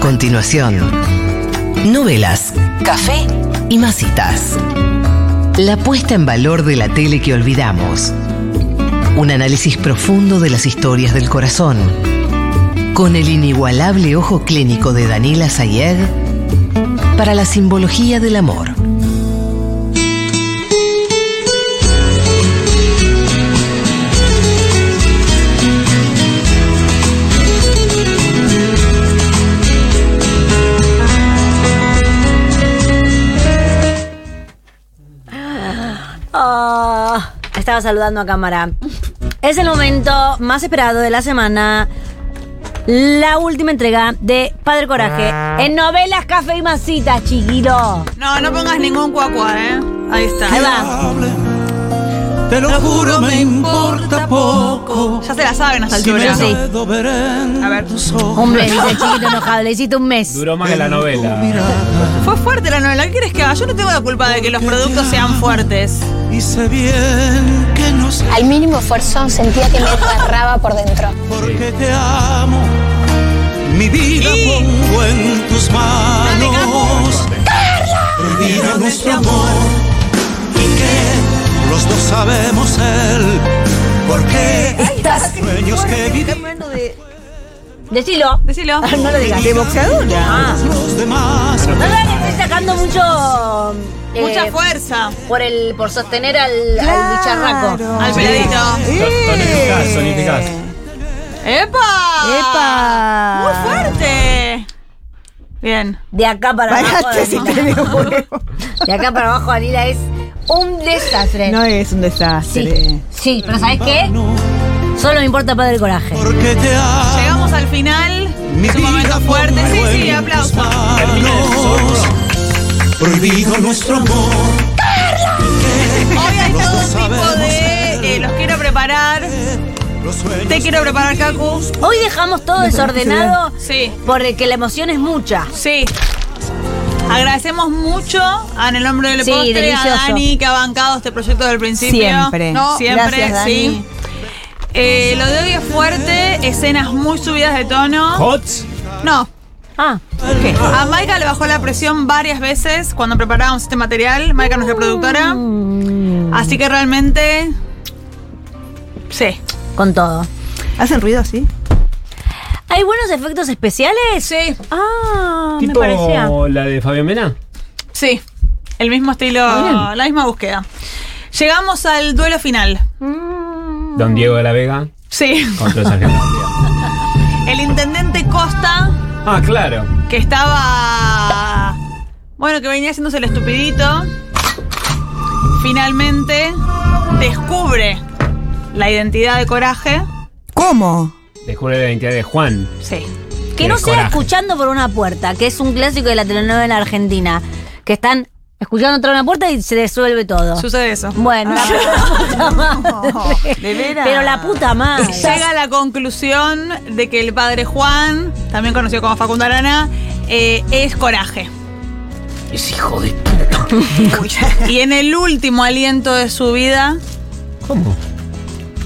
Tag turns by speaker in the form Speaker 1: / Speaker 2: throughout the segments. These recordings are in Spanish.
Speaker 1: continuación. Novelas, café y masitas. La puesta en valor de la tele que olvidamos. Un análisis profundo de las historias del corazón. Con el inigualable ojo clínico de Daniela Sayed para la simbología del amor.
Speaker 2: Ah, estaba saludando a cámara. Es el momento más esperado de la semana. La última entrega de Padre Coraje en novelas, café y masitas, chiquito.
Speaker 3: No, no pongas ningún cuacuá, ¿eh? Ahí está.
Speaker 2: Ahí va.
Speaker 4: Te lo juro, me importa poco.
Speaker 3: Ya se la saben a esta
Speaker 4: Si me
Speaker 3: altura.
Speaker 2: Sí.
Speaker 4: puedo ver en
Speaker 3: A ver.
Speaker 4: tus ojos.
Speaker 2: Hombre, dice el chiquito enojado, le hiciste un mes.
Speaker 5: Duró más que la
Speaker 4: Eh.
Speaker 5: novela.
Speaker 4: Mirada,
Speaker 3: Fue fuerte la novela. ¿Qué quieres que haga? Yo no tengo la culpa de que los productos sean fuertes.
Speaker 4: Y sé bien que no sé
Speaker 6: Al mínimo esfuerzo sentía que me agarraba por dentro.
Speaker 4: por qué te amo. Mi vida pongo en tus manos. Olvida nuestro amor. Y que los dos sabemos el por qué. Sueños que viven
Speaker 2: Decilo.
Speaker 3: Decilo.
Speaker 2: Ah, No lo digas.
Speaker 7: De boxeadora.
Speaker 2: Ah.
Speaker 4: los demás.
Speaker 2: No vean que estoy sacando mucho. eh,
Speaker 3: Mucha fuerza.
Speaker 2: por el por sostener al, al bicharraco.
Speaker 3: Al peladito.
Speaker 5: Son, son eficaz, son eficaz.
Speaker 3: ¡Epa!
Speaker 7: ¡Epa!
Speaker 3: Muy fuerte. Bien.
Speaker 2: De acá para abajo.
Speaker 7: Paraste si
Speaker 2: Daniela.
Speaker 7: te digo huevo.
Speaker 2: De acá para abajo, Anila es un desastre.
Speaker 7: No es un desastre.
Speaker 2: sí. sí, pero ¿sabes
Speaker 5: Ah,
Speaker 2: qué? Solo me importa padre coraje.
Speaker 4: Porque te amo.
Speaker 3: Llegamos al final.
Speaker 4: Mi
Speaker 3: Es un
Speaker 4: vida
Speaker 3: momento
Speaker 4: fue
Speaker 3: fuerte.
Speaker 4: un
Speaker 3: Sí,
Speaker 4: buen
Speaker 3: sí, aplauso.
Speaker 4: manos.
Speaker 5: Termina el soplo.
Speaker 4: Prohibido nuestro amor.
Speaker 3: Hoy hay
Speaker 4: Los
Speaker 3: todo
Speaker 4: dos
Speaker 3: un tipo
Speaker 4: sabemos
Speaker 3: de. eh, los quiero preparar.
Speaker 4: Los sueños
Speaker 3: Te quiero preparar, Kaku.
Speaker 5: Oh,
Speaker 2: Hoy dejamos todo desordenado
Speaker 3: Sí.
Speaker 2: porque la emoción es mucha.
Speaker 3: Sí. Agradecemos mucho a En el Hombre del
Speaker 2: Sí,
Speaker 3: Postre,
Speaker 2: delicioso.
Speaker 3: a Dani que ha bancado este proyecto desde el principio.
Speaker 7: Siempre.
Speaker 3: No, siempre,
Speaker 7: Gracias,
Speaker 3: sí. Eh, lo de hoy es fuerte, escenas muy subidas de tono.
Speaker 5: Hots,
Speaker 3: No.
Speaker 2: Ah,
Speaker 3: ¿Qué? A Maika le bajó la presión varias veces cuando preparábamos este material. Maika, nuestra productora. Así que realmente. Sí.
Speaker 2: con todo.
Speaker 7: ¿Hacen ruido así?
Speaker 2: ¿Hay buenos efectos especiales?
Speaker 3: Sí.
Speaker 2: Ah, me parecía.
Speaker 5: tipo la de Fabián Mena.
Speaker 3: Sí, el mismo estilo, la misma búsqueda. Llegamos al duelo final.
Speaker 5: Don Diego de la Vega
Speaker 3: Sí.
Speaker 5: contra el Sargento García.
Speaker 3: El intendente Costa,
Speaker 5: Ah, claro.
Speaker 3: que estaba. Bueno, que venía haciéndose el estupidito. Finalmente descubre la identidad de Coraje.
Speaker 7: ¿Cómo?
Speaker 5: Descubre la identidad de Juan.
Speaker 3: Sí.
Speaker 2: Que no
Speaker 5: Qué
Speaker 2: sea
Speaker 5: coraje.
Speaker 2: escuchando por una puerta, que es un clásico de la telenovela argentina. Que están escuchando por una puerta y se resuelve todo.
Speaker 3: Sucede eso.
Speaker 2: Bueno, la puta madre.
Speaker 7: ¿De veras?
Speaker 2: Pero la puta madre.
Speaker 3: Llega a la conclusión de que el padre Juan, también conocido como Facundo Arana, eh, es Coraje.
Speaker 5: Es hijo de puta.
Speaker 3: Y en el último aliento de su vida,
Speaker 5: ¿Cómo?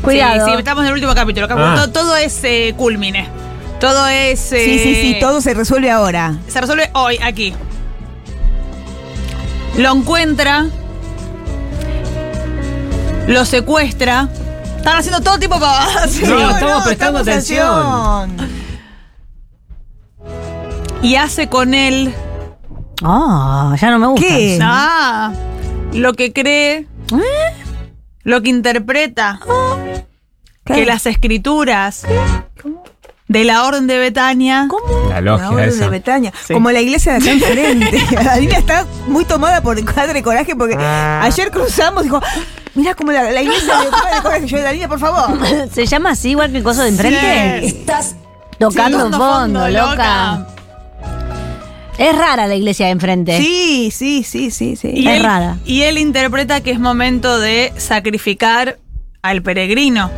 Speaker 2: Cuidado.
Speaker 3: Sí, sí, estamos en el último capítulo. capaz,
Speaker 5: Ah.
Speaker 3: Todo, todo es eh, culmine. Todo es. eh,
Speaker 7: Sí, sí, sí, todo se resuelve ahora.
Speaker 3: Se resuelve hoy, aquí. Lo encuentra. Lo secuestra. Están haciendo todo tipo de pavadas.
Speaker 5: No, estamos prestando atención.
Speaker 3: Y hace con él.
Speaker 2: Ah, ya no me gusta.
Speaker 7: ¿Qué?
Speaker 3: ah, lo que cree. Lo que interpreta.
Speaker 7: ¿Eh?
Speaker 3: Que las escrituras. De la Orden de Betania.
Speaker 5: La
Speaker 7: La
Speaker 5: logia
Speaker 7: orden de
Speaker 5: esa.
Speaker 7: Betania. Como la iglesia de acá enfrente. Adina está muy tomada por Padre Coraje porque ayer cruzamos y dijo, "Ah, mirá como la, la iglesia de Padre Coraje. Yo, Adina, por favor.
Speaker 2: ¿Se llama así igual que el coso de enfrente?
Speaker 3: Sí.
Speaker 2: Tocando
Speaker 3: Tocando
Speaker 2: fondo,
Speaker 3: fondo,
Speaker 2: loca.
Speaker 3: loca.
Speaker 2: Es rara la iglesia de enfrente.
Speaker 7: Sí, sí, sí, sí, sí.
Speaker 2: Es rara.
Speaker 3: Y él interpreta que es momento de sacrificar al peregrino.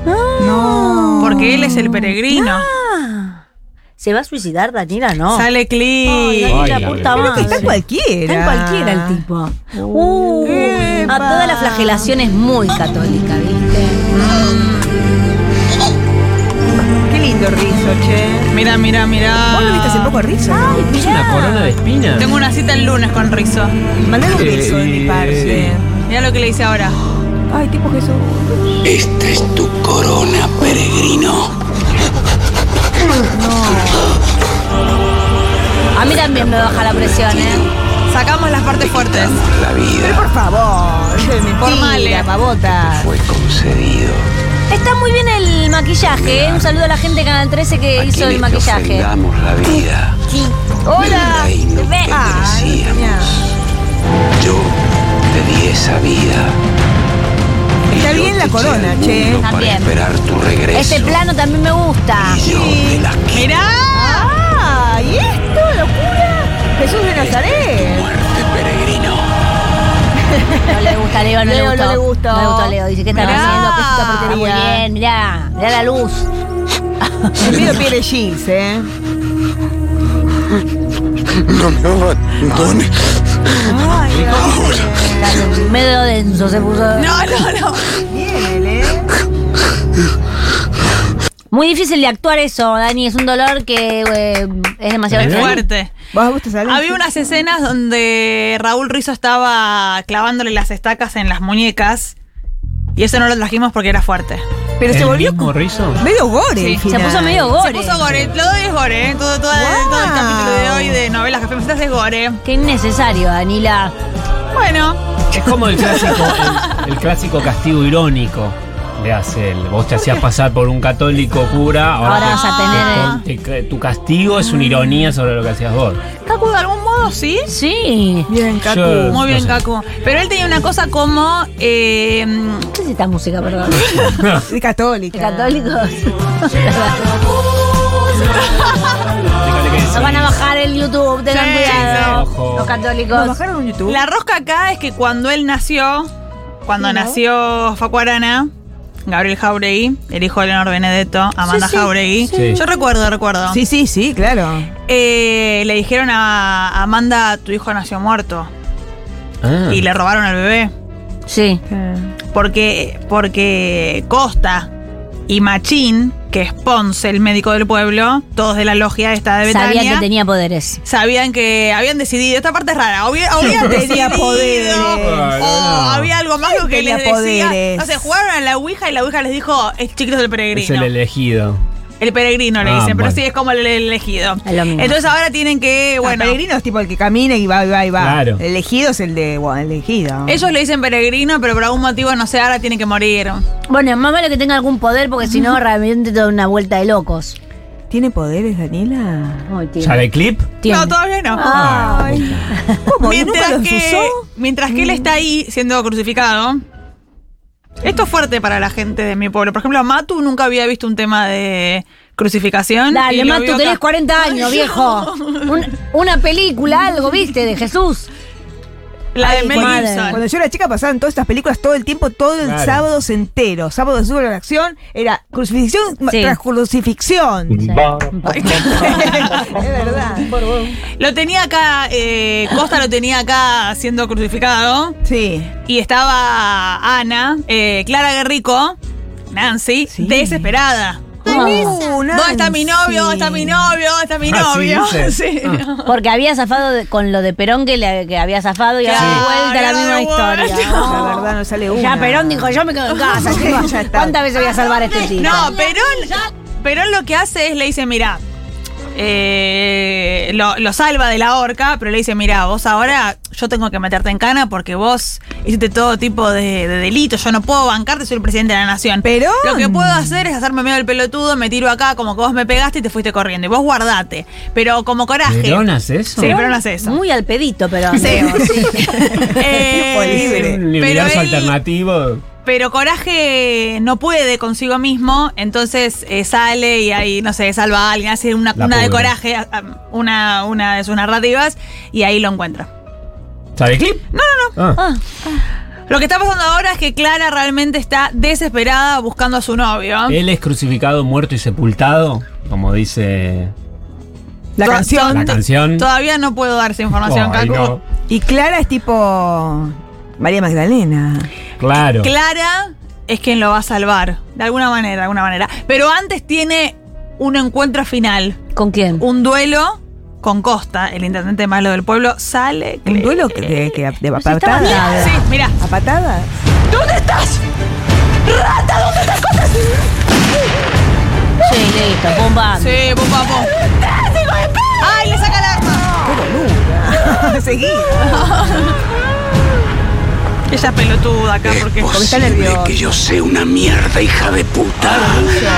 Speaker 7: No.
Speaker 3: Porque él es el peregrino.
Speaker 2: Ah. ¿Se va a suicidar Daniela? No.
Speaker 3: Sale
Speaker 2: Ay,
Speaker 3: clip.
Speaker 2: Daniela,
Speaker 5: Ay, la
Speaker 2: puta
Speaker 5: verdad.
Speaker 2: madre.
Speaker 7: Está en cualquiera.
Speaker 2: Está en cualquiera el tipo. Uh,
Speaker 7: Epa.
Speaker 2: a toda la flagelación es muy católica, ¿viste?
Speaker 7: Qué lindo. lindo rizo, che.
Speaker 3: Mira, mira, mira.
Speaker 7: ¿Vos lo viste hace poco a rizo?
Speaker 5: Es una corona de espinas.
Speaker 3: Tengo una cita el lunes con Rizo.
Speaker 7: Mandale un
Speaker 5: Eh,
Speaker 7: rizo de mi parte.
Speaker 5: eh.
Speaker 3: Mira lo que le hice ahora.
Speaker 7: Ay, tipo Jesús.
Speaker 4: Esta es tu corona, peregrino.
Speaker 2: A mí también me baja la presión, ¿eh?
Speaker 3: Sacamos las partes fuertes.
Speaker 4: La vida
Speaker 7: Por favor, yo de mentira,
Speaker 3: Formale.
Speaker 7: pavota.
Speaker 4: fue concedido.
Speaker 2: Está muy bien el maquillaje, ¿eh? Un saludo a la gente de Canal 13 que hizo el maquillaje.
Speaker 4: Damos la vida.
Speaker 2: Hola. Ve-
Speaker 7: Ay, mira.
Speaker 4: Yo te di esa vida. Y
Speaker 7: Está
Speaker 4: yo
Speaker 7: bien
Speaker 4: te
Speaker 7: la
Speaker 4: eché
Speaker 7: corona,
Speaker 4: al
Speaker 7: che.
Speaker 4: mundo Para
Speaker 2: También.
Speaker 4: esperar tu regreso.
Speaker 2: Este plano también me gusta.
Speaker 4: Y yo te la quité.
Speaker 3: Mirá.
Speaker 7: Ah, ¿y esto? ¿Locura? Jesús de Nazaret.
Speaker 4: Muerte, peregrino.
Speaker 2: No le gusta, Leo, no
Speaker 7: Leo
Speaker 2: le
Speaker 7: no
Speaker 2: gustó.
Speaker 7: le gustó.
Speaker 2: No le gustó, Leo. Dice, ¿qué están
Speaker 7: Mirá.
Speaker 2: haciendo? ¿Qué es esta porquería? Muy bien, mirá. Mirá la luz.
Speaker 7: Te pido piel de jeans, ¿eh?
Speaker 4: No me abandones.
Speaker 7: Ay,
Speaker 2: Está medio denso se puso.
Speaker 3: No, no, no.
Speaker 7: bien, ¿eh?
Speaker 2: Muy difícil de actuar eso, Dani. Es un dolor que eh, es demasiado
Speaker 5: ¿Eh?
Speaker 2: extraño.
Speaker 3: Fuerte.
Speaker 7: ¿Vos a vos te salís?
Speaker 3: Había unas escenas donde Raúl Rizo estaba clavándole las estacas en las muñecas. Y eso no lo trajimos porque era fuerte.
Speaker 7: Pero se
Speaker 5: ¿El
Speaker 7: volvió
Speaker 5: mismo rizo?
Speaker 7: medio gore.
Speaker 3: Sí,
Speaker 7: el
Speaker 2: Se
Speaker 7: final.
Speaker 2: puso medio
Speaker 3: Se
Speaker 2: gore.
Speaker 3: puso gore. Lo doy es gore, ¿eh? Todo, todo- todo el
Speaker 7: Wow.
Speaker 3: capítulo de hoy de novelas café Mesitas es gore.
Speaker 2: Qué innecesario, Danila.
Speaker 3: Bueno,
Speaker 5: Es como el clásico, el, el clásico castigo irónico de hacer. Vos te hacías pasar por un católico cura, ahora,
Speaker 2: Ahora
Speaker 5: te-
Speaker 2: vas a eh.
Speaker 5: te- te- tu castigo es una ironía sobre lo que hacías vos.
Speaker 3: Cacu de algún modo sí.
Speaker 2: Sí.
Speaker 7: Bien, Cacu.
Speaker 5: Yo-
Speaker 3: Muy bien,
Speaker 5: Eh, sé.
Speaker 3: Cacu. Pero él tenía una cosa como. eh,
Speaker 2: ¿Qué es esta música, perdón?
Speaker 7: De católica.
Speaker 2: De católicos. Nos van a bajar el YouTube, tengan
Speaker 3: Sí,
Speaker 2: cuidado.
Speaker 5: sí. Ojo.
Speaker 2: Los
Speaker 7: ¿Nos
Speaker 2: católicos.
Speaker 7: bajaron un YouTube?
Speaker 3: la rosca acá es que cuando él nació, cuando nació Facuarana, Gabriel Jauregui, el hijo de Leonor Benedetto, Amanda
Speaker 7: Sí, sí,
Speaker 3: Jauregui.
Speaker 5: sí.
Speaker 3: Yo recuerdo, recuerdo.
Speaker 7: Sí, sí, sí, claro.
Speaker 3: Eh, le dijeron a Amanda, tu hijo nació muerto.
Speaker 5: Ah.
Speaker 3: Y le robaron al bebé.
Speaker 2: Sí.
Speaker 3: Porque, porque Costa y Machín, que es Ponce, el médico del pueblo, todos de la logia esta de Betania,
Speaker 2: Sabía que tenía poderes.
Speaker 3: sabían que habían decidido. Esta parte es rara. Obvia- habían
Speaker 7: Tenía
Speaker 3: decidido.
Speaker 7: poderes.
Speaker 5: Ay,
Speaker 3: O
Speaker 5: no.
Speaker 3: había algo más lo que
Speaker 7: Tenía
Speaker 3: les decía.
Speaker 7: poderes.
Speaker 3: No sé, jugaron a la Ouija y la Ouija les dijo, es chiquitos del peregrino.
Speaker 5: Es el elegido.
Speaker 3: El peregrino le
Speaker 5: Ah,
Speaker 3: dicen, pero
Speaker 5: bueno.
Speaker 3: sí es como el elegido.
Speaker 2: Es lo mismo.
Speaker 3: Entonces ahora tienen que,
Speaker 7: Bueno,
Speaker 3: bueno,
Speaker 7: Ah, peregrino es tipo el que camina y va y va y va.
Speaker 5: Claro.
Speaker 7: El elegido es el de. Bueno, el elegido.
Speaker 3: ellos le dicen peregrino, pero por algún motivo, no sé, ahora tienen que morir.
Speaker 2: Bueno, más vale que tenga algún poder porque si no, realmente da una vuelta de locos.
Speaker 7: ¿Tiene poderes, Daniela?
Speaker 2: Ay, tiene.
Speaker 5: ¿Sabe clip?
Speaker 2: Tiene.
Speaker 3: No, todavía no.
Speaker 7: Ay. ¿Cómo? ¿Y nunca
Speaker 3: Mientras
Speaker 7: los
Speaker 3: que,
Speaker 7: usó? Mm.
Speaker 3: mientras que él está ahí siendo crucificado. Esto es fuerte para la gente de mi pueblo. Por ejemplo, Matu nunca había visto un tema de crucificación. y
Speaker 2: Dale,
Speaker 3: lo
Speaker 2: más
Speaker 3: vio
Speaker 2: tú
Speaker 3: acá.
Speaker 2: tenés 40 años,
Speaker 3: Ay,
Speaker 2: viejo. Un- una película, algo, ¿viste? De Jesús.
Speaker 3: La de
Speaker 2: Ay,
Speaker 3: Mel
Speaker 2: madre.
Speaker 3: Gibson.
Speaker 7: Cuando yo era chica pasaban todas estas películas todo el tiempo, todo el
Speaker 5: Claro.
Speaker 7: sábado entero. Sábado de la acción era crucifixión
Speaker 2: Sí.
Speaker 7: tras crucifixión. es verdad.
Speaker 3: Lo tenía acá, eh, Costa lo tenía acá siendo crucificado.
Speaker 7: Sí.
Speaker 3: Y estaba Ana, eh, Clara Guerrico, Nancy,
Speaker 7: Sí.
Speaker 3: desesperada.
Speaker 7: Uh,
Speaker 3: ¿Dónde está mi novio? ¿Dónde está mi novio? ¿Dónde está mi
Speaker 5: Ah, sí,
Speaker 3: novio?
Speaker 5: dice.
Speaker 3: Sí.
Speaker 2: Porque había zafado de- con lo de Perón que, le- que había zafado y ahora
Speaker 3: Claro,
Speaker 2: vuelta la
Speaker 3: ahora
Speaker 2: misma
Speaker 3: de vuelta.
Speaker 2: historia.
Speaker 7: La verdad no sale una.
Speaker 2: Ya Perón dijo, yo me quedo en casa.
Speaker 7: Sí,
Speaker 2: chicos.
Speaker 7: ya está.
Speaker 2: ¿Cuántas veces voy a salvar a este tipo?
Speaker 3: No, Perón, Perón lo que hace es le dice, mira, eh, lo, lo salva de la horca, pero le dice, mira, vos ahora yo tengo que meterte en cana porque vos hiciste todo tipo de, de delitos, yo no puedo bancarte, soy el presidente de la nación.
Speaker 7: Perón.
Speaker 3: Lo que puedo hacer es hacerme medio el pelotudo, me tiro acá como que vos me pegaste y te fuiste corriendo. Y vos guardate, pero como coraje.
Speaker 5: ¿Perón hace eso?
Speaker 3: Sí, Perón hace eso.
Speaker 2: Muy al pedito, Perón.
Speaker 3: Sí.
Speaker 7: Tipo libre.
Speaker 5: Un liberal
Speaker 3: Eh, él-
Speaker 5: alternativo.
Speaker 3: Pero Coraje no puede consigo mismo, entonces eh, sale y ahí, no sé, salva a alguien, hace una
Speaker 5: La
Speaker 3: cuna de
Speaker 5: pobre.
Speaker 3: Coraje, a- a- una, una de sus narrativas, y ahí lo encuentra.
Speaker 5: ¿Sabe clip? Ah. No, no, no.
Speaker 3: Lo que está pasando ahora es que Clara realmente está desesperada buscando a su novio.
Speaker 2: Ah.
Speaker 7: Eh,
Speaker 5: Él es crucificado, muerto y sepultado, como dice
Speaker 7: La
Speaker 3: To-
Speaker 7: canción.
Speaker 5: la canción.
Speaker 3: Todavía no puedo dar esa información,
Speaker 5: Ay,
Speaker 3: Cacu.
Speaker 5: no.
Speaker 7: Y Clara es tipo. María Magdalena.
Speaker 5: Claro.
Speaker 3: Clara es quien lo va a salvar, de alguna manera, de alguna manera. Pero antes tiene un encuentro final,
Speaker 2: ¿Con quién?
Speaker 3: un duelo con Costa, el intendente malo del pueblo, sale.
Speaker 7: ¿Un duelo que- de, que- de
Speaker 2: está
Speaker 7: patada?
Speaker 2: mal.
Speaker 3: Sí, mira.
Speaker 7: ¿A patada?
Speaker 3: ¿Dónde estás?
Speaker 2: Sí, listo, bomba.
Speaker 3: Sí, vos vamos. ¡Ay, le saca el arma!
Speaker 7: Seguí.
Speaker 3: Ella es pelotuda acá porque.
Speaker 7: Porque está nervioso.
Speaker 4: que yo sea una mierda, hija de puta.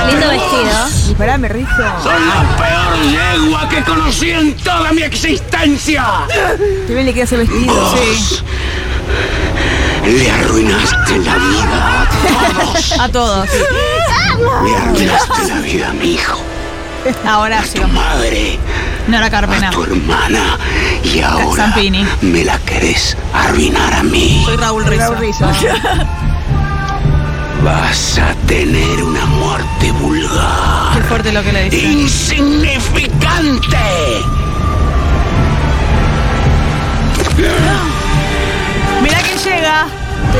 Speaker 2: Lindo vestido.
Speaker 7: Y pará, me rizo.
Speaker 4: Soy la peor yegua que conocí en toda mi existencia.
Speaker 7: Qué bien le queda ese vestido.
Speaker 4: Vos le arruinaste la vida a todos.
Speaker 3: A todos.
Speaker 4: Le arruinaste la vida a mi hijo,
Speaker 3: Ahora sí.
Speaker 4: tu madre,
Speaker 3: No era
Speaker 4: a
Speaker 3: Carpena.
Speaker 4: tu hermana y ahora
Speaker 3: Zampini.
Speaker 4: me la querés arruinar a mí.
Speaker 3: Soy Raúl Rizzo.
Speaker 7: Raúl Rizzo.
Speaker 4: Vas a tener una muerte vulgar,
Speaker 3: Qué fuerte lo que le dice.
Speaker 4: insignificante.
Speaker 3: Mirá que llega.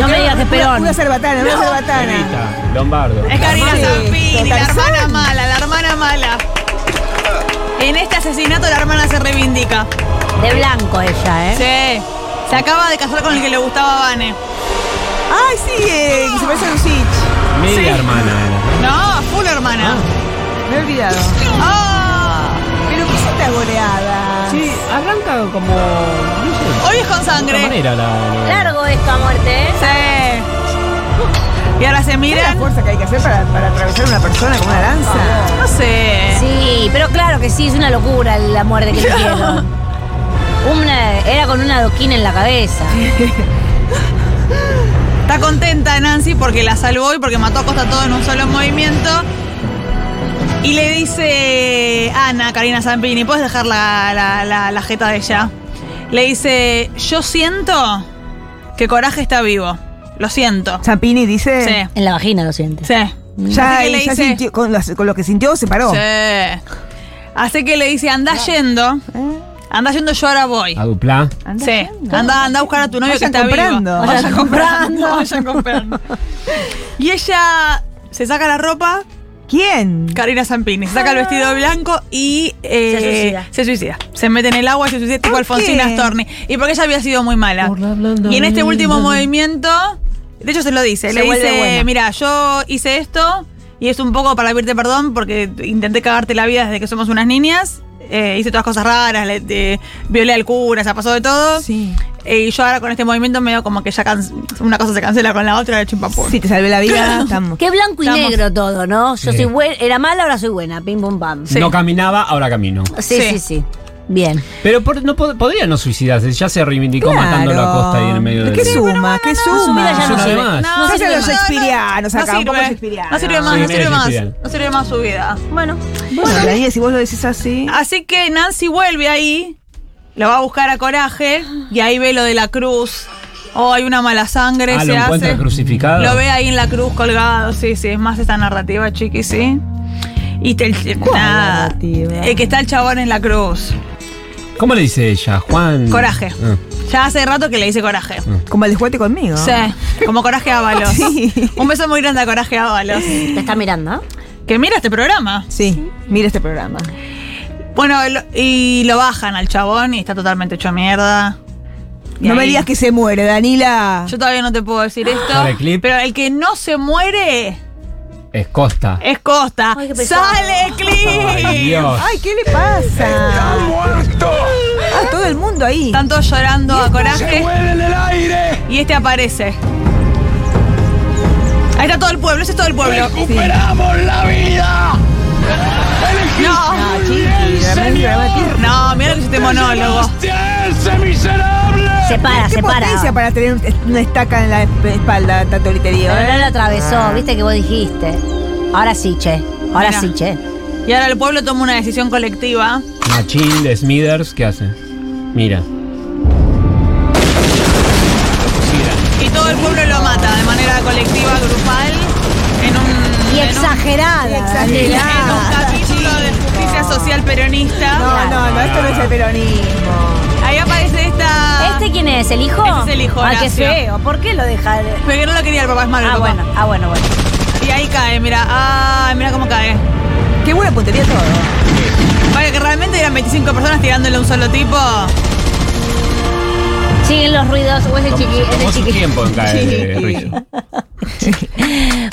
Speaker 2: No me digas que es
Speaker 7: Una,
Speaker 2: Perón.
Speaker 7: una cerbatana, una cerbatana.
Speaker 5: Grita, Lombardo.
Speaker 3: Es Karina
Speaker 7: Sí,
Speaker 3: Zampini, la
Speaker 7: Tarzán.
Speaker 3: hermana mala, la hermana mala. En este asesinato la hermana se reivindica.
Speaker 2: De blanco ella, ¿eh?
Speaker 3: Sí. Se acaba de casar con el que le gustaba a Vane.
Speaker 7: Ay, sí, eh, que se parece a Lucich.
Speaker 5: Media
Speaker 3: Sí.
Speaker 5: hermana era.
Speaker 3: No, full hermana.
Speaker 7: Ah. Me he olvidado.
Speaker 3: Ah.
Speaker 7: Pero qué es esta goleada.
Speaker 5: Sí, arranca como. No sé.
Speaker 3: Hoy es con
Speaker 5: De otra
Speaker 3: sangre.
Speaker 5: manera la.
Speaker 2: Largo esto a muerte, ¿eh?
Speaker 3: Sí. Y ahora se
Speaker 7: Mira la
Speaker 3: miran.
Speaker 7: fuerza que hay que hacer para, para atravesar una persona con una lanza.
Speaker 3: No sé.
Speaker 2: Sí, pero claro que sí, es una locura la muerte que le dieron. Una, era con una doquina en la cabeza.
Speaker 3: Está contenta Nancy porque la salvó y porque mató a Costa todo en un solo movimiento. Y le dice Ana, Karina Zampini, ¿puedes dejar la, la- la- la jeta de ella? Le dice, yo siento que Coraje está vivo. Lo siento.
Speaker 7: Zampini
Speaker 3: Sí,
Speaker 7: dice.
Speaker 2: En la vagina, lo sientes.
Speaker 3: sí.
Speaker 7: Ya,
Speaker 3: Así que le
Speaker 7: ya
Speaker 3: dice-
Speaker 7: sintió- con, las- con lo que sintió se paró.
Speaker 3: Sí. Así que le dice, anda yendo. Anda yendo, yo ahora voy.
Speaker 5: A dupla.
Speaker 7: Anda
Speaker 3: Sí,
Speaker 7: Eh. yendo.
Speaker 3: anda, anda a buscar a tu novio
Speaker 7: Vayan
Speaker 3: que está
Speaker 7: comprando.
Speaker 3: vivo.
Speaker 7: Vayan
Speaker 3: comprando. Vayan comprando. Y ella se saca la ropa,
Speaker 7: ¿Quién?
Speaker 3: Karina Zampini, se saca el vestido blanco y eh,
Speaker 2: Se suicida.
Speaker 3: se suicida. Se mete en el agua y se suicida tipo
Speaker 7: ¿Por
Speaker 3: Alfonsina
Speaker 7: qué?
Speaker 3: Storni. Y porque ella había sido muy mala. Y en este último movimiento, de hecho se lo dice,
Speaker 2: Se
Speaker 3: le
Speaker 2: vuelve buena.
Speaker 3: dice, mira, yo hice esto y es un poco para pedirte perdón porque intenté cagarte la vida desde que somos unas niñas. Eh, hice todas cosas raras, le- eh, violé al cura, se pasó de todo.
Speaker 7: Sí.
Speaker 3: Eh, y yo ahora con este movimiento me veo como que ya can- una cosa se cancela con la otra, de chimpapú.
Speaker 7: Sí, te salvé la vida. Estamos.
Speaker 2: Qué blanco y
Speaker 3: Estamos-
Speaker 2: negro todo, ¿no? Yo
Speaker 5: Sí.
Speaker 2: soy buena, era mala, ahora soy buena. Pim, pum, pam. Sí,
Speaker 3: Sí.
Speaker 5: No caminaba, ahora camino.
Speaker 2: sí, sí.
Speaker 3: Sí.
Speaker 2: Bien.
Speaker 5: Pero por- no pod- podría no suicidarse, ya se reivindicó
Speaker 7: Claro.
Speaker 5: matándolo a Costa ahí en el medio
Speaker 7: ¿Pero
Speaker 5: del.
Speaker 7: ¿Qué suma? ¿Qué
Speaker 2: Su
Speaker 7: suma?
Speaker 2: vida ya
Speaker 5: Es
Speaker 2: no
Speaker 5: una
Speaker 2: sirve.
Speaker 5: de más.
Speaker 2: No,
Speaker 7: Ya se
Speaker 2: sirve
Speaker 7: los
Speaker 2: más.
Speaker 7: shakespearianos acá, un poco shakespearianos.
Speaker 3: No sirve más,
Speaker 5: Sí,
Speaker 3: no sirve
Speaker 5: medio
Speaker 3: más.
Speaker 5: shakespeariano.
Speaker 3: No sirve más su vida.
Speaker 2: Bueno.
Speaker 7: Bueno, la idea, si vos lo decís así.
Speaker 3: Así que Nancy vuelve ahí, lo va a buscar a Coraje, y ahí ve lo de la cruz. Oh, hay una mala sangre,
Speaker 5: Ah,
Speaker 3: se
Speaker 5: lo encuentra
Speaker 3: hace.
Speaker 5: crucificado.
Speaker 3: Lo ve ahí en la cruz colgado, sí, sí, es más esta narrativa, chiqui, sí. Y te, nada,
Speaker 7: narrativa?
Speaker 3: el que está el chabón en la cruz.
Speaker 5: ¿Cómo le dice ella? Juan.
Speaker 3: Coraje.
Speaker 5: Ah.
Speaker 3: Ya hace rato que le dice coraje.
Speaker 7: Como el descuate conmigo.
Speaker 3: Sí, como Coraje Ábalos.
Speaker 7: Sí.
Speaker 3: Un beso muy grande a Coraje Ábalos.
Speaker 2: Te está mirando, ¿eh?
Speaker 3: Que mira este programa.
Speaker 7: Sí, mira este programa.
Speaker 3: Bueno, lo- y lo bajan al chabón y está totalmente hecho mierda. Y
Speaker 7: No me
Speaker 3: ahí-
Speaker 7: digas que se muere, Danila.
Speaker 3: Yo todavía no te puedo decir esto.
Speaker 5: Dale, clip.
Speaker 3: Pero el que no se muere
Speaker 5: Es Costa.
Speaker 3: es Costa.
Speaker 2: Ay, qué pesado.
Speaker 3: ¡Sale,
Speaker 5: Ay,
Speaker 3: clip!
Speaker 5: Dios.
Speaker 7: Ay, ¿qué le pasa? Ah, todo el mundo ahí.
Speaker 3: Están todos llorando a coraje
Speaker 4: en el aire!
Speaker 3: y este aparece. Ahí está todo el pueblo, ese es todo el pueblo.
Speaker 4: ¡Recuperamos la vida!
Speaker 3: No,
Speaker 7: Ah, chiqui, realmente dramático.
Speaker 3: no, mira este monólogo.
Speaker 4: ¡Ese miserable!
Speaker 2: Se para,
Speaker 7: Qué
Speaker 2: se para.
Speaker 7: potencia para tener un- una estaca en la espalda, tanto ¿eh? literío.
Speaker 2: Pero no lo
Speaker 5: Ah.
Speaker 2: atravesó, viste que vos dijiste. Ahora sí, che. Ahora
Speaker 3: Mira.
Speaker 2: sí, che.
Speaker 3: Y ahora el pueblo toma una decisión colectiva.
Speaker 5: Machín de Smithers, ¿qué hace? Mira.
Speaker 3: Y todo el pueblo lo mata de manera colectiva, grupal, en un,
Speaker 2: Y
Speaker 3: en un-
Speaker 2: exagerada.
Speaker 3: en un
Speaker 7: Exagerada.
Speaker 3: capítulo de justicia social peronista.
Speaker 7: No, no, no, esto no es el peronismo.
Speaker 3: Ahí aparece esta.
Speaker 2: ¿Este quién es? ¿El hijo?
Speaker 3: Ese es el hijo,
Speaker 2: Ah, qué
Speaker 3: Horacio.
Speaker 2: feo. ¿Por qué lo deja? de-
Speaker 3: Pero que no lo quería el papá, es malo.
Speaker 2: Ah,
Speaker 3: el papá.
Speaker 2: bueno, ah, bueno, bueno.
Speaker 3: Y ahí cae, mira. Ah, mira cómo cae.
Speaker 7: Qué buena puntería todo.
Speaker 3: Vale, que realmente eran 25 personas tirándole a un solo tipo.
Speaker 2: Siguen los ruidos. O ese chiqui,
Speaker 5: Tomó
Speaker 2: ese
Speaker 5: su
Speaker 2: chiqui.
Speaker 5: tiempo en caer eh, de
Speaker 7: Sí.
Speaker 5: Rizzo.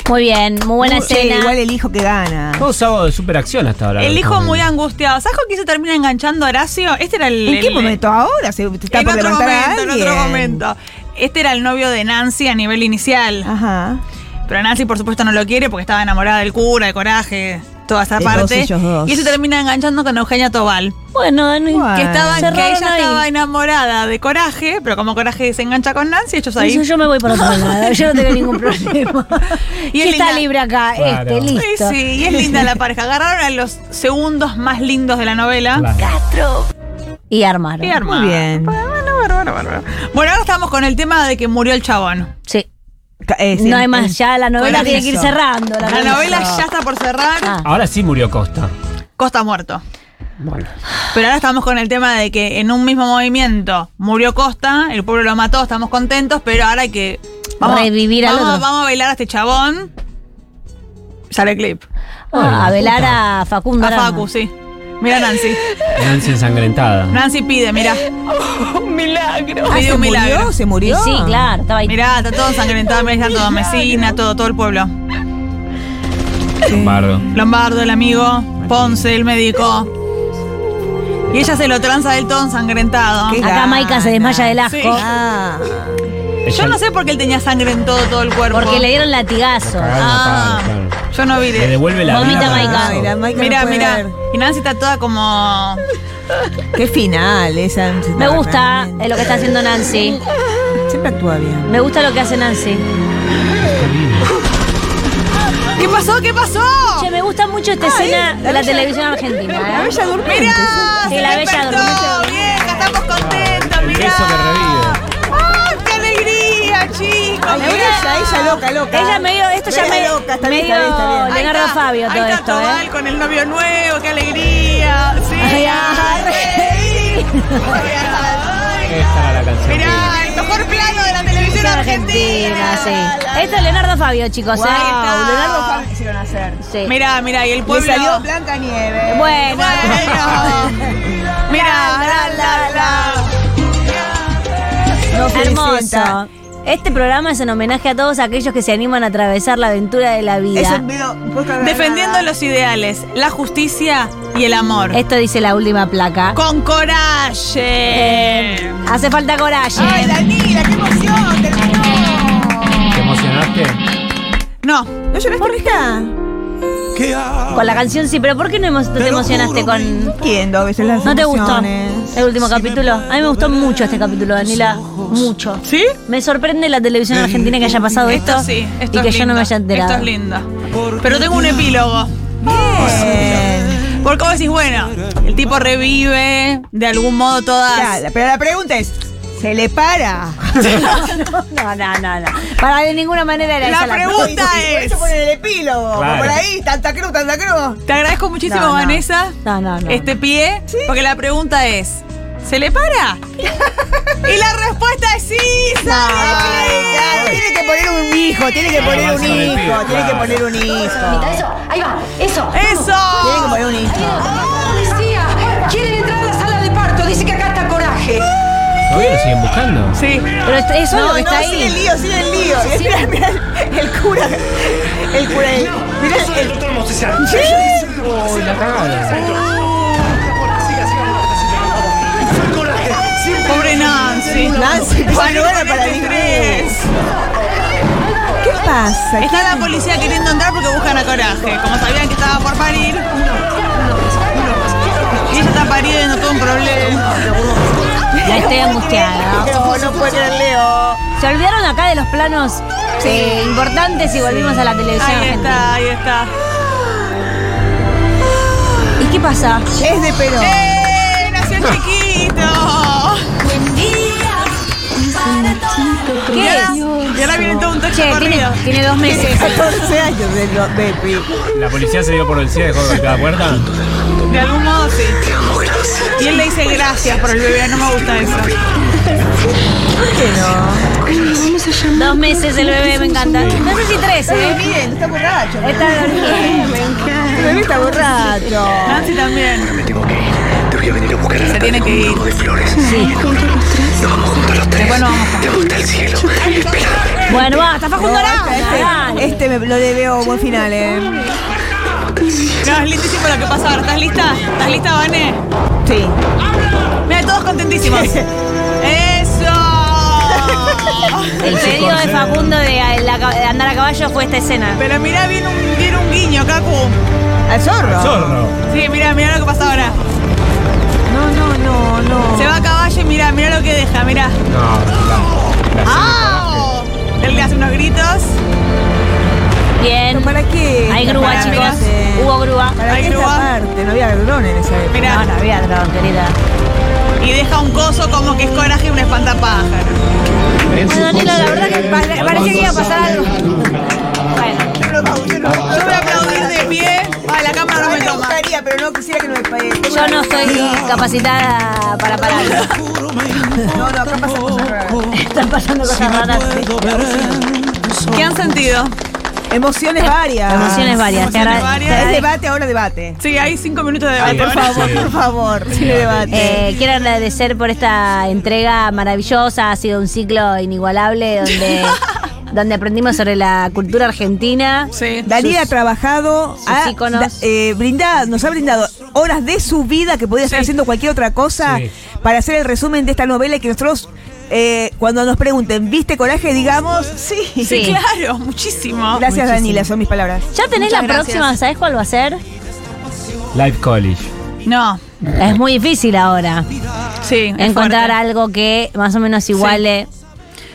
Speaker 2: Muy bien, muy buena
Speaker 7: Sí,
Speaker 2: escena.
Speaker 7: igual el hijo que gana.
Speaker 5: Todo sábado de superacción hasta ahora.
Speaker 3: El hijo muy angustiado. ¿Sabes con quién se termina enganchando a Horacio? Este era el.
Speaker 7: ¿En qué
Speaker 3: el-
Speaker 7: momento ahora? ¿Se te está
Speaker 3: en
Speaker 7: por
Speaker 3: otro
Speaker 7: levantar a
Speaker 3: momento, en otro
Speaker 7: alguien?
Speaker 3: momento. Este era el novio de Nancy a nivel inicial.
Speaker 7: Ah. Ajá.
Speaker 3: Pero Nancy, por supuesto, no lo quiere porque estaba enamorada del cura, de coraje, toda esa
Speaker 7: De todos
Speaker 3: parte.
Speaker 7: ellos dos.
Speaker 3: Y él se termina enganchando con Eugenia Tobal.
Speaker 2: Bueno, no-
Speaker 7: Bueno.
Speaker 3: Que, estaba, que
Speaker 2: Cerraron
Speaker 3: ella
Speaker 2: ahí.
Speaker 3: estaba enamorada de coraje, pero como coraje se engancha con Nancy, ellos ahí.
Speaker 2: Eso yo me voy para otro lado, yo no tengo ningún problema.
Speaker 3: Y
Speaker 2: y
Speaker 3: es
Speaker 2: está
Speaker 3: linda.
Speaker 2: libre acá,
Speaker 5: Claro.
Speaker 2: este,
Speaker 3: Sí,
Speaker 2: listo.
Speaker 3: sí, y es linda la pareja. Agarraron a los segundos más lindos de la novela.
Speaker 5: Claro.
Speaker 2: Y armaron.
Speaker 3: Y armaron.
Speaker 7: Muy bien.
Speaker 3: Bueno, bárbaro, bárbaro. Bueno, ahora estamos con el tema de que murió el chabón.
Speaker 2: Sí.
Speaker 7: Ca- eh, sí,
Speaker 2: No hay
Speaker 7: eh,
Speaker 2: más, ya la novela
Speaker 7: Coraje
Speaker 2: tiene que ir
Speaker 7: hizo.
Speaker 2: cerrando. La,
Speaker 3: La
Speaker 2: novela.
Speaker 3: novela ya está por cerrar.
Speaker 2: Ah.
Speaker 5: Ahora sí murió Costa.
Speaker 3: Costa muerto.
Speaker 5: Bueno.
Speaker 3: Pero ahora estamos con el tema de que en un mismo movimiento murió Costa, el pueblo lo mató, estamos contentos, pero ahora hay que.
Speaker 2: Revivir al
Speaker 3: vamos,
Speaker 2: otro.
Speaker 3: vamos a bailar a este chabón. Sale el clip.
Speaker 2: Ah, a velar a Facundo.
Speaker 3: A
Speaker 2: Arana.
Speaker 3: Facu, sí. Mira Nancy.
Speaker 5: Nancy ensangrentada.
Speaker 3: Nancy pide, mira.
Speaker 7: Ah,
Speaker 3: Pide
Speaker 7: ¿se
Speaker 3: un milagro.
Speaker 7: murió? ¿Se
Speaker 2: Y
Speaker 7: murió?
Speaker 2: sí, claro, estaba ahí.
Speaker 3: Mirá, está todo ensangrentado, mirá, está todo Mesina, todo, todo el pueblo.
Speaker 5: Lombardo.
Speaker 3: Lombardo, el amigo, Ponce, el médico. Y ella se lo tranza del todo ensangrentado.
Speaker 7: Qué
Speaker 2: Acá Maika se desmaya del asco.
Speaker 3: Sí.
Speaker 7: Ah.
Speaker 3: Oh
Speaker 5: Ella
Speaker 3: Yo no sé por qué él tenía sangre en todo, todo el cuerpo.
Speaker 2: Porque le dieron latigazo.
Speaker 5: cagaron a
Speaker 3: Ah,
Speaker 5: palo, claro.
Speaker 3: yo no vi
Speaker 5: Le
Speaker 3: de.
Speaker 5: devuelve la
Speaker 2: Vomita
Speaker 5: vida. para
Speaker 2: Maika.
Speaker 5: el
Speaker 7: Ay, la
Speaker 5: oso.
Speaker 7: Maika
Speaker 3: Mira,
Speaker 7: no puede
Speaker 3: mira.
Speaker 7: ver.
Speaker 3: Y Nancy está toda como.
Speaker 7: Qué final eh, esa.
Speaker 2: Me gusta
Speaker 7: realmente.
Speaker 2: eh, lo que está haciendo Nancy.
Speaker 7: Siempre actúa bien.
Speaker 2: Me gusta lo que hace Nancy.
Speaker 3: ¿Qué pasó? ¿Qué pasó?
Speaker 2: Che, me gusta mucho esta escena de la televisión argentina.
Speaker 7: La
Speaker 2: ¿eh?
Speaker 7: bella durmiente.
Speaker 3: Mirá,
Speaker 2: Sí,
Speaker 3: se
Speaker 2: la
Speaker 3: despertó.
Speaker 2: bella durmiente.
Speaker 3: Bien, estamos contentos,
Speaker 5: El
Speaker 3: mirá.
Speaker 5: beso que revive.
Speaker 3: ¡Ay, qué alegría, chicos!
Speaker 7: Ay, ella, ella loca, loca.
Speaker 2: Ella medio, esto ya
Speaker 7: Medio
Speaker 2: medio,
Speaker 7: loca, está bien,
Speaker 2: medio
Speaker 7: está bien, está bien.
Speaker 3: Ahí
Speaker 2: Leonardo
Speaker 3: está,
Speaker 2: Fabio
Speaker 3: ahí
Speaker 2: todo
Speaker 3: está
Speaker 2: esto,
Speaker 3: Tobal
Speaker 2: ¿eh?
Speaker 3: con el novio nuevo, qué alegría. Sí.
Speaker 2: Ay, ay,
Speaker 3: ay, ay.
Speaker 5: Esta era la canción.
Speaker 3: Mirá, el mejor plano de la televisión argentina.
Speaker 2: Argentina, sí. Esto es Leonardo Fabio, chicos,
Speaker 7: Wow,
Speaker 2: ¿eh?
Speaker 7: Leonardo Fabio hicieron hacer.
Speaker 2: Sí.
Speaker 3: Mirá, mirá, y el
Speaker 7: Le
Speaker 3: pueblo.
Speaker 7: salió Blanca Nieve.
Speaker 2: Bueno.
Speaker 3: Bueno. Mirá, la, la, la.
Speaker 2: Hermoso. Este programa es en homenaje a todos aquellos que se animan a atravesar la aventura de la vida.
Speaker 7: Es un video un poco agarrada.
Speaker 3: Defendiendo los ideales, la justicia y el amor.
Speaker 2: Esto dice la última placa.
Speaker 3: Con coraje.
Speaker 2: Hace falta coraje.
Speaker 7: Ay, Danila, qué emoción. Terminó.
Speaker 5: ¿Te emocionaste?
Speaker 3: No,
Speaker 7: ¿No lloraste, Rita?
Speaker 4: que ha-
Speaker 2: Con la canción sí, pero ¿por qué no emo- te
Speaker 4: Te lo
Speaker 2: emocionaste
Speaker 4: juro, me
Speaker 2: con...?
Speaker 7: Entiendo a veces las
Speaker 2: ¿No te gustó
Speaker 7: emociones.
Speaker 2: el último
Speaker 4: Si me
Speaker 2: capítulo? A mí me gustó
Speaker 4: puedo
Speaker 2: mucho este
Speaker 4: ver
Speaker 2: capítulo, Danila.
Speaker 4: los ojos.
Speaker 2: Mucho.
Speaker 3: ¿sí?
Speaker 2: Me sorprende la televisión argentina que haya pasado esto,
Speaker 3: Esto sí, esto
Speaker 2: y que
Speaker 3: es
Speaker 2: yo no
Speaker 3: lindo.
Speaker 2: me haya enterado.
Speaker 3: Esto es lindo.
Speaker 4: porque
Speaker 3: Pero tengo un
Speaker 4: te
Speaker 3: epílogo.
Speaker 7: Bien.
Speaker 3: Porque vos decís, bueno, el tipo revive de algún modo todas.
Speaker 7: Ya, pero la pregunta es, ¿se le para?
Speaker 2: No, no, no, no. Para de ninguna manera era
Speaker 3: La
Speaker 2: esa
Speaker 3: pregunta
Speaker 7: Por
Speaker 3: es.
Speaker 7: eso ponen el epílogo.
Speaker 5: Claro.
Speaker 7: Por ahí, Tanta Cruz, Tanta Cruz.
Speaker 3: Te agradezco muchísimo,
Speaker 2: No, no.
Speaker 3: Vanessa,
Speaker 2: No, no, no.
Speaker 3: este pie, porque la pregunta es: ¿se le para? y la respuesta es sí,
Speaker 7: Ay,
Speaker 3: sale.
Speaker 7: claro, tiene que poner un hijo, tiene que poner un
Speaker 5: Avanza con el pibe,
Speaker 7: hijo, tiene que
Speaker 5: claro.
Speaker 7: poner un hijo.
Speaker 6: Mira, Eso, ahí va, eso.
Speaker 7: Tiene que
Speaker 3: ¡Eso!
Speaker 7: poner un hijo.
Speaker 8: Policía, quieren entrar a la sala de parto. Dice que acá está coraje.
Speaker 5: ¿Todavía lo siguen buscando?
Speaker 3: Sí.
Speaker 2: Pero esto- eso es lo que
Speaker 7: no,
Speaker 2: está
Speaker 7: sin el
Speaker 2: ahí.
Speaker 7: lío, sin el lío. Y Mirá, mirá, el- el cura. El cura. el- Mirá, el.
Speaker 5: Uy, la cagaron.
Speaker 3: Pobre Nancy.
Speaker 7: Nancy,
Speaker 3: Bueno,
Speaker 7: cuando era
Speaker 3: con
Speaker 7: para
Speaker 3: este
Speaker 7: el
Speaker 3: estrés.
Speaker 7: ¿Qué pasa?
Speaker 3: Está la policía queriendo entrar porque buscan a Coraje. Como sabían que estaba por parir. Y ella está pariendo, todo un problema.
Speaker 2: Ya estoy angustiada.
Speaker 7: No, no puede creer Leo.
Speaker 2: Se olvidaron acá de los planos eh, importantes y volvimos a la televisión
Speaker 3: Ahí
Speaker 2: argentina.
Speaker 3: está, ahí está.
Speaker 2: ¿Y qué pasa?
Speaker 7: Es de Perón.
Speaker 3: ¡Eh! ¡Nació chiquito!
Speaker 2: ¿Qué es?
Speaker 3: Y ahora viene todo un toque
Speaker 2: Che, tiene,
Speaker 3: corrido.
Speaker 2: tiene dos meses.
Speaker 7: 14 años de lo- de
Speaker 5: La policía se dio por vencida y dejó de golpear la puerta.
Speaker 3: De algún modo sí. Y él le dice gracias por el bebé, no me gusta eso.
Speaker 2: Dos meses el bebé, me encanta. No sé si tres,
Speaker 7: Está
Speaker 2: ¿eh?
Speaker 7: durmiendo, está borracho.
Speaker 2: Está dormido.
Speaker 7: El Este bebé está borracho.
Speaker 3: Nancy también.
Speaker 9: Me tengo que ir. Te voy a venir a buscar a
Speaker 3: Se
Speaker 9: la
Speaker 3: tiene
Speaker 9: tarde con
Speaker 3: que ir.
Speaker 9: un ramo de flores. Nos vamos juntos los tres.
Speaker 3: Después nos vamos
Speaker 9: de vuelta al cielo. Espera.
Speaker 2: Bueno, basta, Facundo
Speaker 7: No,
Speaker 2: Arana,
Speaker 7: esta-
Speaker 2: dale.
Speaker 7: Este, este me, lo debeo buen final, eh.
Speaker 3: No, es lindísimo lo que pasa ahora. ¿Estás lista? ¿Estás lista, Vane?
Speaker 7: Sí.
Speaker 3: Mira, todos contentísimos. ¡Eso!
Speaker 2: El pedido de Facundo de, a- la ca- de andar a caballo fue esta escena.
Speaker 3: Pero mirá, viene un, viene un guiño, Cacu.
Speaker 7: Al zorro.
Speaker 5: Zorro.
Speaker 3: Sí, mirá, mirá lo que pasa ahora.
Speaker 7: No, no, no, no.
Speaker 3: Se va a caballo y mirá, mirá lo que deja, mirá.
Speaker 5: No,
Speaker 3: ¡Ah! Él le hace unos gritos.
Speaker 2: Bien.
Speaker 7: ¿Pero ¿Para qué?
Speaker 2: Hay grúa,
Speaker 7: Para-
Speaker 2: chicos.
Speaker 7: Sí.
Speaker 2: Hubo grúa.
Speaker 7: ¿Para
Speaker 3: Hay
Speaker 7: qué esta
Speaker 3: grúa.
Speaker 7: parte? No había dron en esa época.
Speaker 3: Mirá.
Speaker 2: No, no había dron, querida.
Speaker 3: Y deja un coso como que es coraje y un espantapájaro.
Speaker 2: Bueno, Danilo, la verdad que pare- parecía que iba a pasar algo. Bueno,
Speaker 3: Yo voy a aplaudir de pie. Ah, la cámara no me
Speaker 7: Yo me
Speaker 3: toma.
Speaker 7: gustaría, pero no quisiera que no me pague.
Speaker 2: yo no estoy capacitada para pararlo.
Speaker 4: Juro me importa
Speaker 7: No, no, acá pasa cosas raras.
Speaker 4: poco
Speaker 2: Están pasando
Speaker 4: si
Speaker 2: cosas
Speaker 4: no
Speaker 2: raras.
Speaker 4: puedo ver tus
Speaker 3: ¿Qué han sentido?
Speaker 7: Emociones varias.
Speaker 2: Emociones varias. Te
Speaker 3: Emociones
Speaker 2: agra-
Speaker 3: varias.
Speaker 2: te
Speaker 7: Es
Speaker 2: agradezco.
Speaker 7: debate, ahora debate.
Speaker 3: Sí, hay cinco minutos de
Speaker 5: Ay,
Speaker 3: debate.
Speaker 7: Por
Speaker 5: Bueno,
Speaker 7: favor,
Speaker 5: sí.
Speaker 7: por favor, sí, debate.
Speaker 2: Eh, quiero agradecer por esta entrega maravillosa. Ha sido un ciclo inigualable donde, donde aprendimos sobre la cultura argentina.
Speaker 3: Sí.
Speaker 7: Daniel ha trabajado, ha,
Speaker 2: íconos.
Speaker 7: da- eh, brinda- nos ha brindado horas de su vida que podía estar
Speaker 3: Sí.
Speaker 7: haciendo cualquier otra cosa
Speaker 5: Sí.
Speaker 7: para hacer el resumen de esta novela y que nosotros, eh, cuando nos pregunten, ¿viste coraje? Digamos, sí.
Speaker 2: Sí.
Speaker 3: Claro, muchísimo.
Speaker 7: Gracias, Danila, son mis palabras.
Speaker 2: Ya tenés
Speaker 3: Muchas
Speaker 2: la
Speaker 3: gracias.
Speaker 2: próxima, ¿sabés cuál va a ser?
Speaker 5: Life College.
Speaker 3: No,
Speaker 2: Es muy difícil ahora
Speaker 3: sí. es
Speaker 2: encontrar
Speaker 3: fuerte.
Speaker 2: algo que más o menos iguale.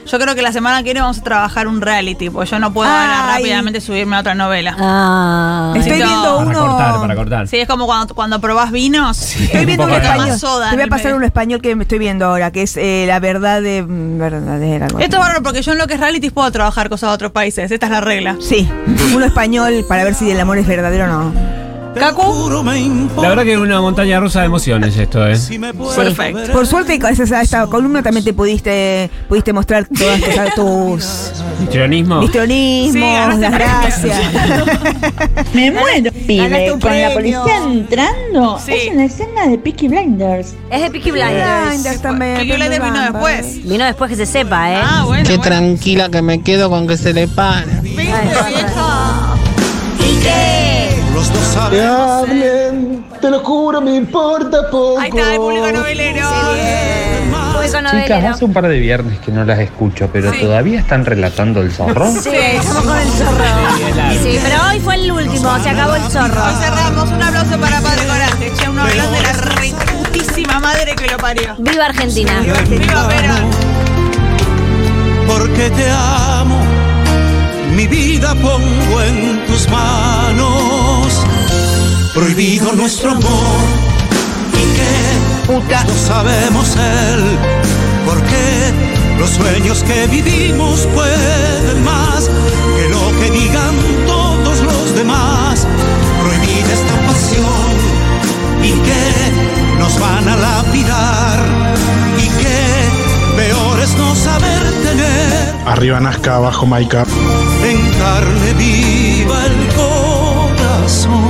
Speaker 3: Yo creo que la semana que viene vamos a trabajar un reality, porque yo no puedo ahora
Speaker 7: Ay.
Speaker 3: rápidamente subirme a otra novela.
Speaker 2: Ah.
Speaker 7: Estoy
Speaker 3: no.
Speaker 7: viendo
Speaker 5: Para
Speaker 7: uno.
Speaker 5: cortar, para cortar.
Speaker 3: Sí, es como cuando, cuando probás vinos.
Speaker 7: Estoy viendo
Speaker 5: Un
Speaker 7: un
Speaker 5: poco de
Speaker 3: tomás
Speaker 7: español.
Speaker 3: soda
Speaker 7: Te voy
Speaker 3: en
Speaker 7: a
Speaker 3: el
Speaker 7: pasar
Speaker 3: medio.
Speaker 7: un español que me estoy viendo ahora, que es eh, la verdad de mm, verdadera. algo
Speaker 3: Esto es
Speaker 7: así.
Speaker 3: bárbaro porque yo en lo que es reality puedo trabajar cosas de otros países. Esta es la regla.
Speaker 7: Sí, uno español para ver si el amor es verdadero o no.
Speaker 3: Cacu,
Speaker 4: Juro me importa
Speaker 5: La verdad que es una montaña rusa de emociones esto, ¿eh?
Speaker 4: si me puedo
Speaker 3: Perfecto.
Speaker 4: ver
Speaker 7: Por suerte, con esa, esta columna también te pudiste, pudiste mostrar todas tus- tus
Speaker 5: Histrionismo.
Speaker 7: Histrionismos,
Speaker 3: Sí, ganaste
Speaker 7: las
Speaker 3: premio.
Speaker 7: gracias.
Speaker 10: Me muero,
Speaker 7: Ganaste
Speaker 10: pibe,
Speaker 7: un
Speaker 10: con
Speaker 7: premio.
Speaker 10: la policía entrando.
Speaker 3: Sí.
Speaker 10: Es una escena de Peaky Blinders.
Speaker 2: Es de Peaky Blinders.
Speaker 7: Blinders también.
Speaker 3: Peaky Blinders vino después.
Speaker 2: Vino después que se sepa, ¿eh?
Speaker 3: Ah, bueno. bueno.
Speaker 11: tranquila que me quedo con que se le para.
Speaker 3: Viste, vieja.
Speaker 2: ¿Y qué?
Speaker 4: los dos sabemos
Speaker 11: te lo juro, me importa poco.
Speaker 3: Ahí está el público novelero.
Speaker 2: Público
Speaker 11: Chicas,
Speaker 2: novelero.
Speaker 11: hace un par de viernes que no las escucho, pero
Speaker 3: Sí.
Speaker 11: todavía están relatando el zorro.
Speaker 2: Sí, estamos con el zorro. Sí, pero hoy fue el último, se acabó el zorro.
Speaker 3: Hoy cerramos. Un aplauso para Padre Coraje. Che, un abrazo de la reputísima madre que lo parió.
Speaker 2: Viva Argentina.
Speaker 3: Viva Perón.
Speaker 4: porque te amo mi vida pongo en tus manos prohibido nuestro amor y que
Speaker 1: Puta.
Speaker 4: no sabemos el por qué los sueños que vivimos pueden más que lo que digan todos los demás. Prohibida esta pasión y que nos van a lapidar y que peor es no saber tener
Speaker 11: Arriba Nazca, abajo Maika.
Speaker 4: en carne viva el corazón.